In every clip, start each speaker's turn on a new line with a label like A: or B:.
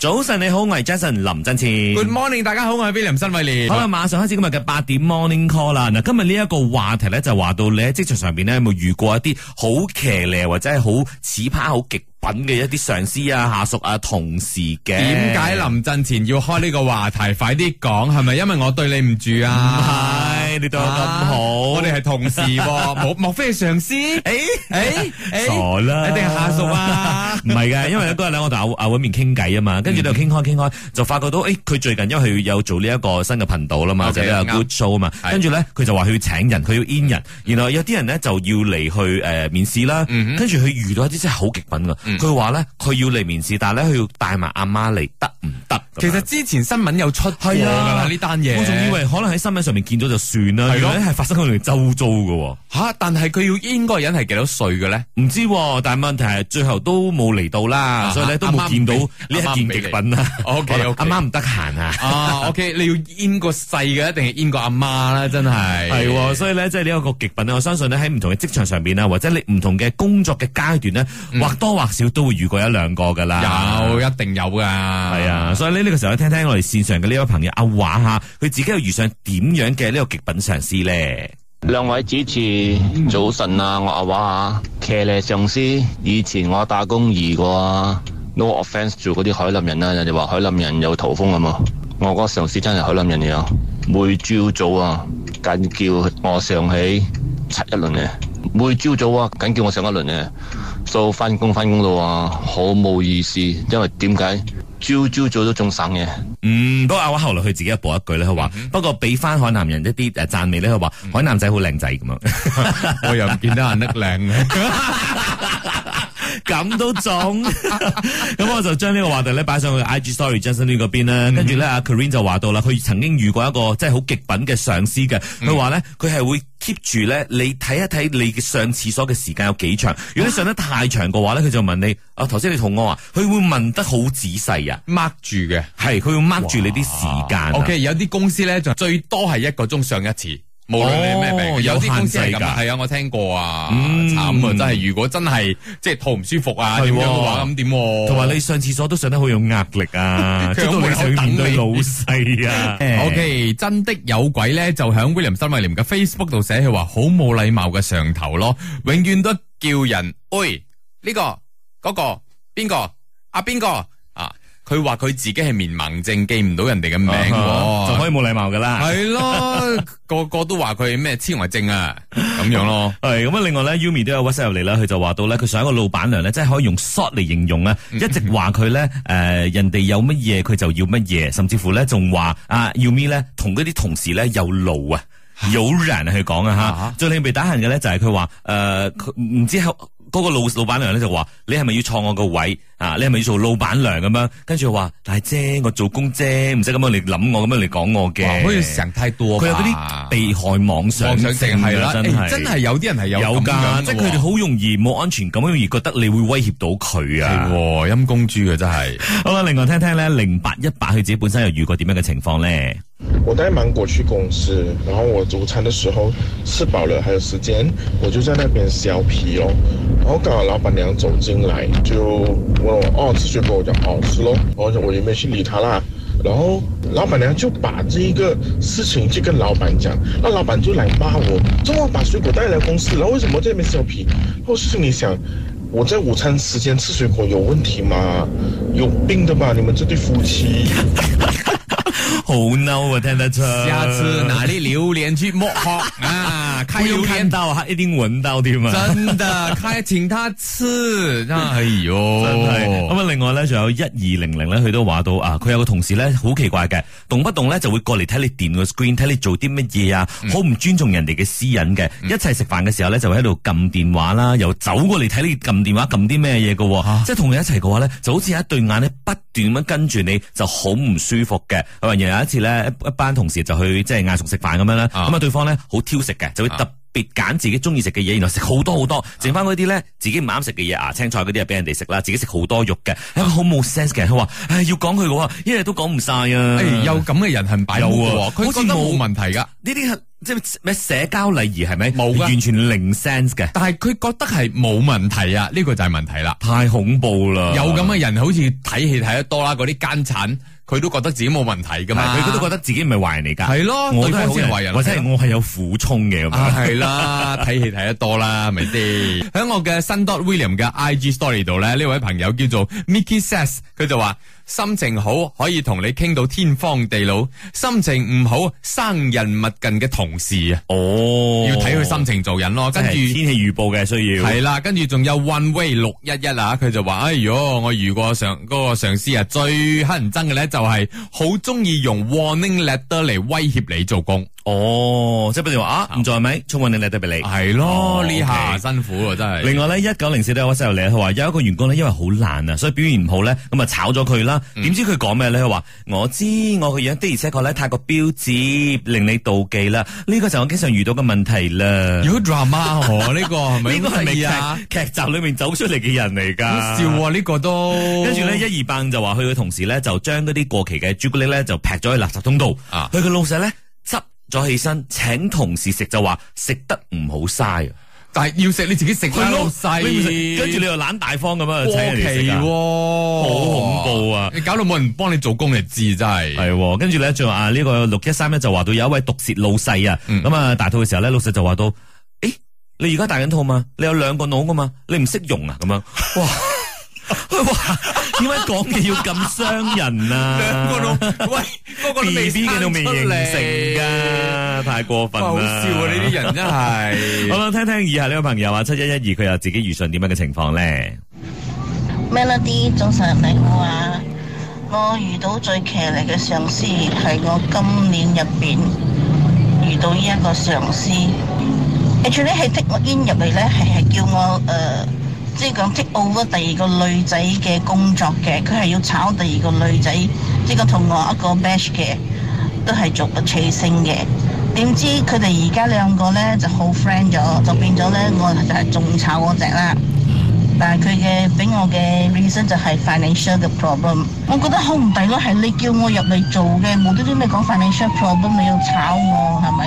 A: 早晨你好，我係 Jason 林振前。
B: Good morning，大家好，我係 William 新偉廉。
A: 好啦，馬上開始今日嘅八點 Morning Call 啦。嗱，今日呢一個話題咧，就話到你喺職場上邊咧，有冇遇過一啲好騎呢或者係好似葩、好極品嘅一啲上司啊、下屬啊、同事嘅？
B: 點解林啊振前要開呢個話題？快啲講，係咪因為我對你唔住 啊？
A: 係你對我
B: 啊
A: 咁好，
B: 我哋係同事 喎，莫莫非係上 司？誒
A: 誒
B: 誒
A: 傻啦
B: 哎一定係下屬啊！
A: 唔係嘅，因為嗰日咧我同阿阿搵面傾偈啊嘛，跟住
B: 嗯
A: 咧傾開傾開，就發覺到誒佢最近因為佢有做呢一個新嘅頻道啦嘛，
B: OK，
A: 就呢個
B: 哦啱
A: Good Show 啊嘛，
B: 係嗯
A: 跟住咧佢就話佢要請人，佢要 in 人，然後有啲人咧就要嚟去誒面試啦，跟住佢遇到一啲真係好極品噶，
B: 嗯
A: 佢話咧佢要嚟面試，但係咧佢要帶埋阿媽嚟，得唔得？
B: 其實之前新聞有出過㗎
A: 係啊
B: 啦，呢單嘢。
A: 我仲以為可能喺新聞上面見咗就算啦，
B: 係
A: 原
B: 咯
A: 來咧係發生喺佢哋周遭嘅喎。
B: 吓，但係佢要應嗰個人係幾多歲嘅咧？
A: 唔知喎，但係問題係最後都冇嚟到啦，
B: 啊
A: 所以咧都冇
B: 阿媽唔
A: 見到
B: 俾
A: 呢一件極品啊。
B: 阿媽唔俾你 OK，OK
A: 可能阿媽唔得閒啊。
B: 啊，OK，你要煙個細嘅，一定係煙個阿媽啦，真係。
A: 係喎，所以咧，即係呢一個極品咧，我相信咧喺唔同嘅職場上邊啊，或者你唔同嘅工作嘅階段咧，或多或少都會遇過一兩個噶啦。
B: 嗯有，一定有噶。
A: 係
B: 係
A: 啊，所以呢呢個時候咧聽聽我哋線上嘅呢位朋友阿華吓，佢自己又遇上點樣嘅呢個極品上司咧？
C: 兩位主持，早晨啊，我阿華啊，騎呢上司，以前我打工易過啊，no offence 做嗰啲海南人啊，人哋話海南人有台風啊嘛，我嗰個上司真係海南人嚟啊，每朝早啊，緊叫我上起七一輪嘅，每朝早啊，緊叫我上一輪嘅，所翻工翻工到啊，好冇意思，因為點解朝朝早都仲省嘅。
A: 嗯，不過阿華後來佢自己又補一句咧，佢話
B: 嗯
A: 不過俾翻海南人一啲誒讚美咧，佢話海南仔好靚仔咁樣。
B: 我又唔見得阿叻靚 嘅。
A: 咁都中， 咁我就將呢個話題咧擺上去 IG Story Justin Lee 嗰邊啦。
B: 嗯
A: 跟住咧，阿 Karen 就話到啦，佢曾經遇過一個即係好極品嘅上司嘅，
B: 嗯
A: 佢話咧佢係會 keep 住咧，你睇一睇你嘅上廁所嘅時間有幾長。如果你上得太長嘅話咧，佢就問你啊，頭先你肚屙啊，佢會問得好仔細啊，
B: 掹住嘅。
A: 係佢會 mark 住你啲時間啊。
B: OK，有啲公司咧就最多係一個鐘上一次。無論你咩
A: 哦
B: 病，有啲公司係
A: 有限
B: 咁
A: 制㗎
B: 啊，係啊，我聽過啊，
A: 嗯
B: 慘啊，真係如果真係即係肚唔舒服啊，
A: 係喎
B: 點樣嘅話咁點喎？
A: 同埋你上廁所都上得好有壓力啊，出
B: 佢
A: 到
B: 有冇
A: 你就要面對老細 啊。
B: OK，真的有鬼咧，就響 William 新威廉嘅 Facebook 度寫佢話好冇禮貌嘅上頭咯，永遠都叫人喂呢、個嗰、個邊個啊邊個啊，佢話佢自己係面盲症，記唔到人哋嘅名
A: 啊就
B: 喎，
A: 可以冇禮貌噶啦。
B: 係咯，個個都話佢咩痴呆症啊，咁樣咯。
A: 係咁啊！另外咧，Yumi 都有 WhatsApp 入嚟啦，佢就話到咧，佢上一個老闆娘咧，真係可以用 short 嚟形容啊！
B: 嗯
A: 一直話佢咧，誒人哋有乜嘢佢就要乜嘢，甚至乎咧仲話啊 Yumi 咧同嗰啲同事咧有路啊，有人去講啊
B: 啊
A: 嚇。最令被打痕嘅咧就係佢話誒，佢唔知後嗰個老老闆娘咧就話你係咪要坐我個位啊？你係咪要做老闆娘咁樣？跟住話大姐，我做工啫，唔使咁樣嚟諗我，咁樣嚟講我
B: 哇
A: 嘅。
B: 好似成太多吧
A: 佢有嗰啲被害妄想啊
B: 妄想症係啦，
A: 真
B: 誒
A: 係
B: 啊真係有啲人係有
A: 有
B: 咁
A: 噶，
B: 樣
A: 即係佢哋好容易冇安全感，好容易覺得你會威脅到佢
B: 係
A: 啊。
B: 喎陰公豬嘅真係。
A: 好啦，另外聽聽咧，零八一八佢自己本身又遇過點樣嘅情況咧？
D: 我带芒果去公司，然后我午餐的时候吃饱了还有时间，我就在那边削皮哦。然后刚好老板娘走进来，就问我哦吃水果，我讲哦吃咯，然后我也没去理她啦。然后老板娘就把这一个事情去跟老板讲，那老板就来骂我，怎么把水果带来公司，然后为什么在那边削皮？然后心里想。我在午餐时间吃水果有问题吗？有病的吧，你们这对夫妻！
A: 好嬲啊，聽得出。
B: 下次拿啲榴莲去剝殼 啊，
A: 不
B: 開
A: 用
B: 榴
A: 看
B: 莲
A: 到，一定聞到添啊！
B: 真的開請他吃，真係哎呦，哎
A: 真係
B: 哦
A: 咁啊！另外咧，仲有一二零零咧，佢都話到啊，佢有個同事咧，好奇怪嘅，動不動咧就會過嚟睇你電個 screen，睇你做啲乜嘢啊，好唔尊重人哋嘅私隱嘅。一齊食飯嘅時候咧，就喺度撳電話啦，又走過嚟睇你撳電話撳啲咩嘢嘅喎，即係同你一齊嘅話咧，就好似有一對眼咧不斷咁樣跟住你，就好唔舒服嘅。佢話有一次咧，一一班同事就去即係嗌餸食飯咁樣啦，
B: 啊
A: 咁啊對方咧好挑食嘅，就會
B: 啊
A: 特別揀自己中意食嘅嘢，然後食好多好多，剩翻嗰啲咧自己唔啱食嘅嘢啊，青菜嗰啲啊俾人哋食啦，自己食好多肉嘅，係一個好冇 sense 嘅人。佢話：，唉，要講佢嘅話，一日都講唔晒啊！
B: 哎誒有咁嘅人係擺
A: 有
B: 烏
A: 啊
B: 喎，佢
A: 好似
B: 覺得
A: 冇
B: 冇問題㗎。
A: 呢啲係即係咩社交禮儀係咪？
B: 冇㗎
A: 完全零 sense 嘅，
B: 但係佢覺得係冇問題啊，呢、個就係問題啦。
A: 太恐怖啦！
B: 有咁嘅人，好似睇戲睇得多啦，嗰啲奸產，佢都覺得自己冇問題噶
A: 係，
B: 嘛，
A: 佢都覺
B: 得
A: 得自己唔係壞人嚟㗎。
B: 啊係咯
A: 我都係
B: 對方先係
A: 好
B: 壞人
A: 或者係我係有苦衷嘅咁樣。
B: 啊係啦，睇戲睇得多啦，咪先。 喺我嘅新 dot William 嘅 IG story 度咧，呢位朋友叫做 Mickey Says，佢就話心情好可以同你傾到天荒地老，心情唔好生人勿近嘅同事啊，
A: 哦，
B: 要睇佢心情做人咯，跟
A: 即係
B: 住。
A: 天氣預報嘅需要。
B: 系啦，跟住仲有 One Way 六一一啊，佢就話：哎哟，我遇過上嗰、個上司啊，最乞人憎嘅咧就係好中意用 warning letter 嚟威脅你做工，
A: 哦，即係不如話啊，唔在咪，充運你嚟得俾你。
B: 係咯，
A: 哦
B: 呢下
A: OK
B: 辛苦啊，真係。
A: 另外咧，一九零四都有 WhatsApp 入嚟，佢話有一個員工咧，因為好懶啊，所以表現唔好咧，咁啊炒咗佢啦。
B: 嗯
A: 點知佢講咩咧？佢話我知我個樣的而且確咧太過標緻，令你妒忌啦。呢個就我經常遇到嘅問題啦。
B: 如果 drama 哦，呢個係咪
A: 呢個
B: 好
A: 係
B: 得
A: 咪
B: 意啊？
A: 劇劇集裏面走出嚟嘅人嚟㗎？
B: 好笑啊喎，呢個都。
A: 啊跟住咧，一二棒就話佢嘅同事咧，就將嗰啲過期嘅朱古力咧，就劈咗去垃圾桶度。
B: 啊
A: 佢嘅老細咧執咗起身，請同事食就話食得唔好嘥啊。
B: 但係要食你自己食啦，老
A: 你唔食
B: 細。
A: 跟住你又懶大方咁樣
B: 過
A: 請人哋
B: 期
A: 食
B: 喎，
A: 啊
B: 好
A: 好恐怖啊
B: 你搞到冇人幫你做工，你知真係。
A: 係喎，跟住咧，仲有啊呢個六一三咧就話到有一位毒舌老細啊，
B: 嗯
A: 咁啊大肚嘅時候咧，老細就話到，誒你而家大緊肚嘛，你有兩個腦噶嘛，你唔識用啊咁樣， 哇哇， 點解講嘢要咁傷人啊？
B: 兩個都喂，嗰個都
A: B
B: 未
A: B 嘅都未
B: 生出
A: 形
B: 嚟
A: 成噶，太過分啦！
B: 好笑啊！呢啲人真係
A: 好。啦，聽聽以下呢個朋友啊，七一一二佢又自己遇上點樣嘅情況咧？
E: Melody 早晨你好啊！我遇到最騎呢嘅上司係我今年入邊遇到呢一個上司，actually 係剔我 in 入嚟咧，係係叫我誒、呃即係講 take over 第二個女仔嘅工作嘅，佢係要炒第二個女仔，即係同我一個 match 嘅，都係做個 chasing 嘅。點知佢哋而家兩個咧就好 friend 咗，就變咗咧我就係中炒嗰只啦。但係佢嘅俾我嘅 reason 就係 financial 嘅 problem，我覺得好唔抵咯，係你叫我入嚟做嘅，無端端你講 financial problem，你要炒我係咪？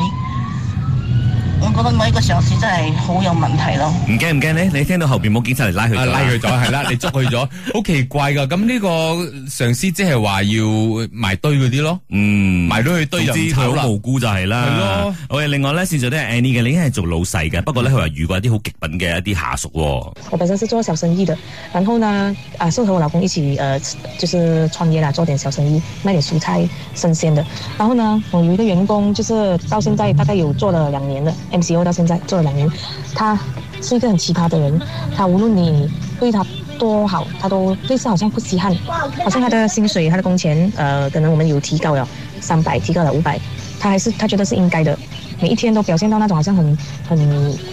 E: 我覺得我呢個上司真係好有問題咯。
A: 唔驚唔驚咧？你聽到後邊冇警察嚟拉佢
B: 啊
A: 咗啦
B: 拉佢咗係啦，你捉佢咗，好奇怪噶。咁呢個上司即係話要埋堆嗰啲咯，
A: 嗯，
B: 埋堆去堆就
A: 總
B: 唔
A: 之
B: 炒
A: 佢
B: 啦
A: 好。無辜就係
B: 係咯
A: 啦。我哋另外咧，線上都係 Annie 嘅，你已經係做老細嘅，不過咧佢話遇過一啲好極品嘅一啲下屬喎。
F: 我本身是做小生意的，然后呢，啊，是和我老公一起呃，就是创业啦，做点小生意，卖点蔬菜、生鲜的。然后呢，我有一个员工，就是到现在大概有做了两年的 MCO，到现在做了两年，他是一个很奇葩的人，他无论你对他多好，他都对是好像不稀罕，好像他的薪水、他的工钱，呃，可能我们有提高了三百，提高了五百，他还是他觉得是应该的。每一天都表现到那种好像很很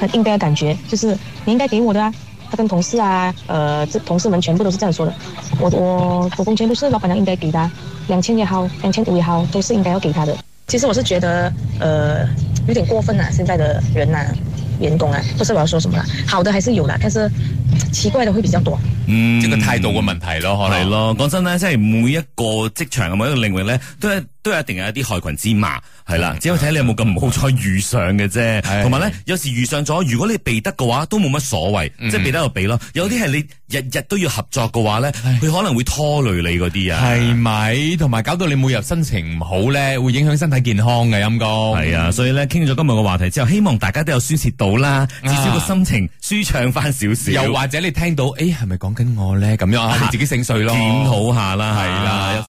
F: 很应该的感觉，就是你应该给我的啊。他跟同事啊，呃，这同事们全部都是这样说的。我我我工钱都是老板娘应该给的啊，两千也好，两千五也好，都是应该要给他的。其实我是觉得，呃，有点过分啦、现在的人呐、员工啊，不是我要说什么啦，好的还是有啦，但是奇怪的会比较多。
A: 嗯，
B: 即係個態度嘅問題咯，可
A: 係
B: 能。
A: 咯，講真咧，即係每一個職場嘅每一個領域咧，都係都係一定有一啲害群之馬，係啦，只有睇你有冇咁唔好彩遇上嘅啫。
B: 嗯係
A: 同埋咧，有時遇上咗，如果你避得嘅話，都冇乜所謂，
B: 嗯
A: 即係避得就避咯。有啲係你日日都要合作嘅話咧，佢可能會拖累你嗰啲啊。
B: 係咪？同埋搞到你每日心情唔好咧，會影響身體健康嘅陰公。
A: 系啊，所以咧傾咗今日嘅話題之後，希望大家都有宣泄到啦，至少個心情舒暢翻少少。
B: 又或者你聽到，誒係咪講緊我咧？咁樣啊，你自己醒水咯。
A: 檢討下啦，
B: 係啦
A: 嚇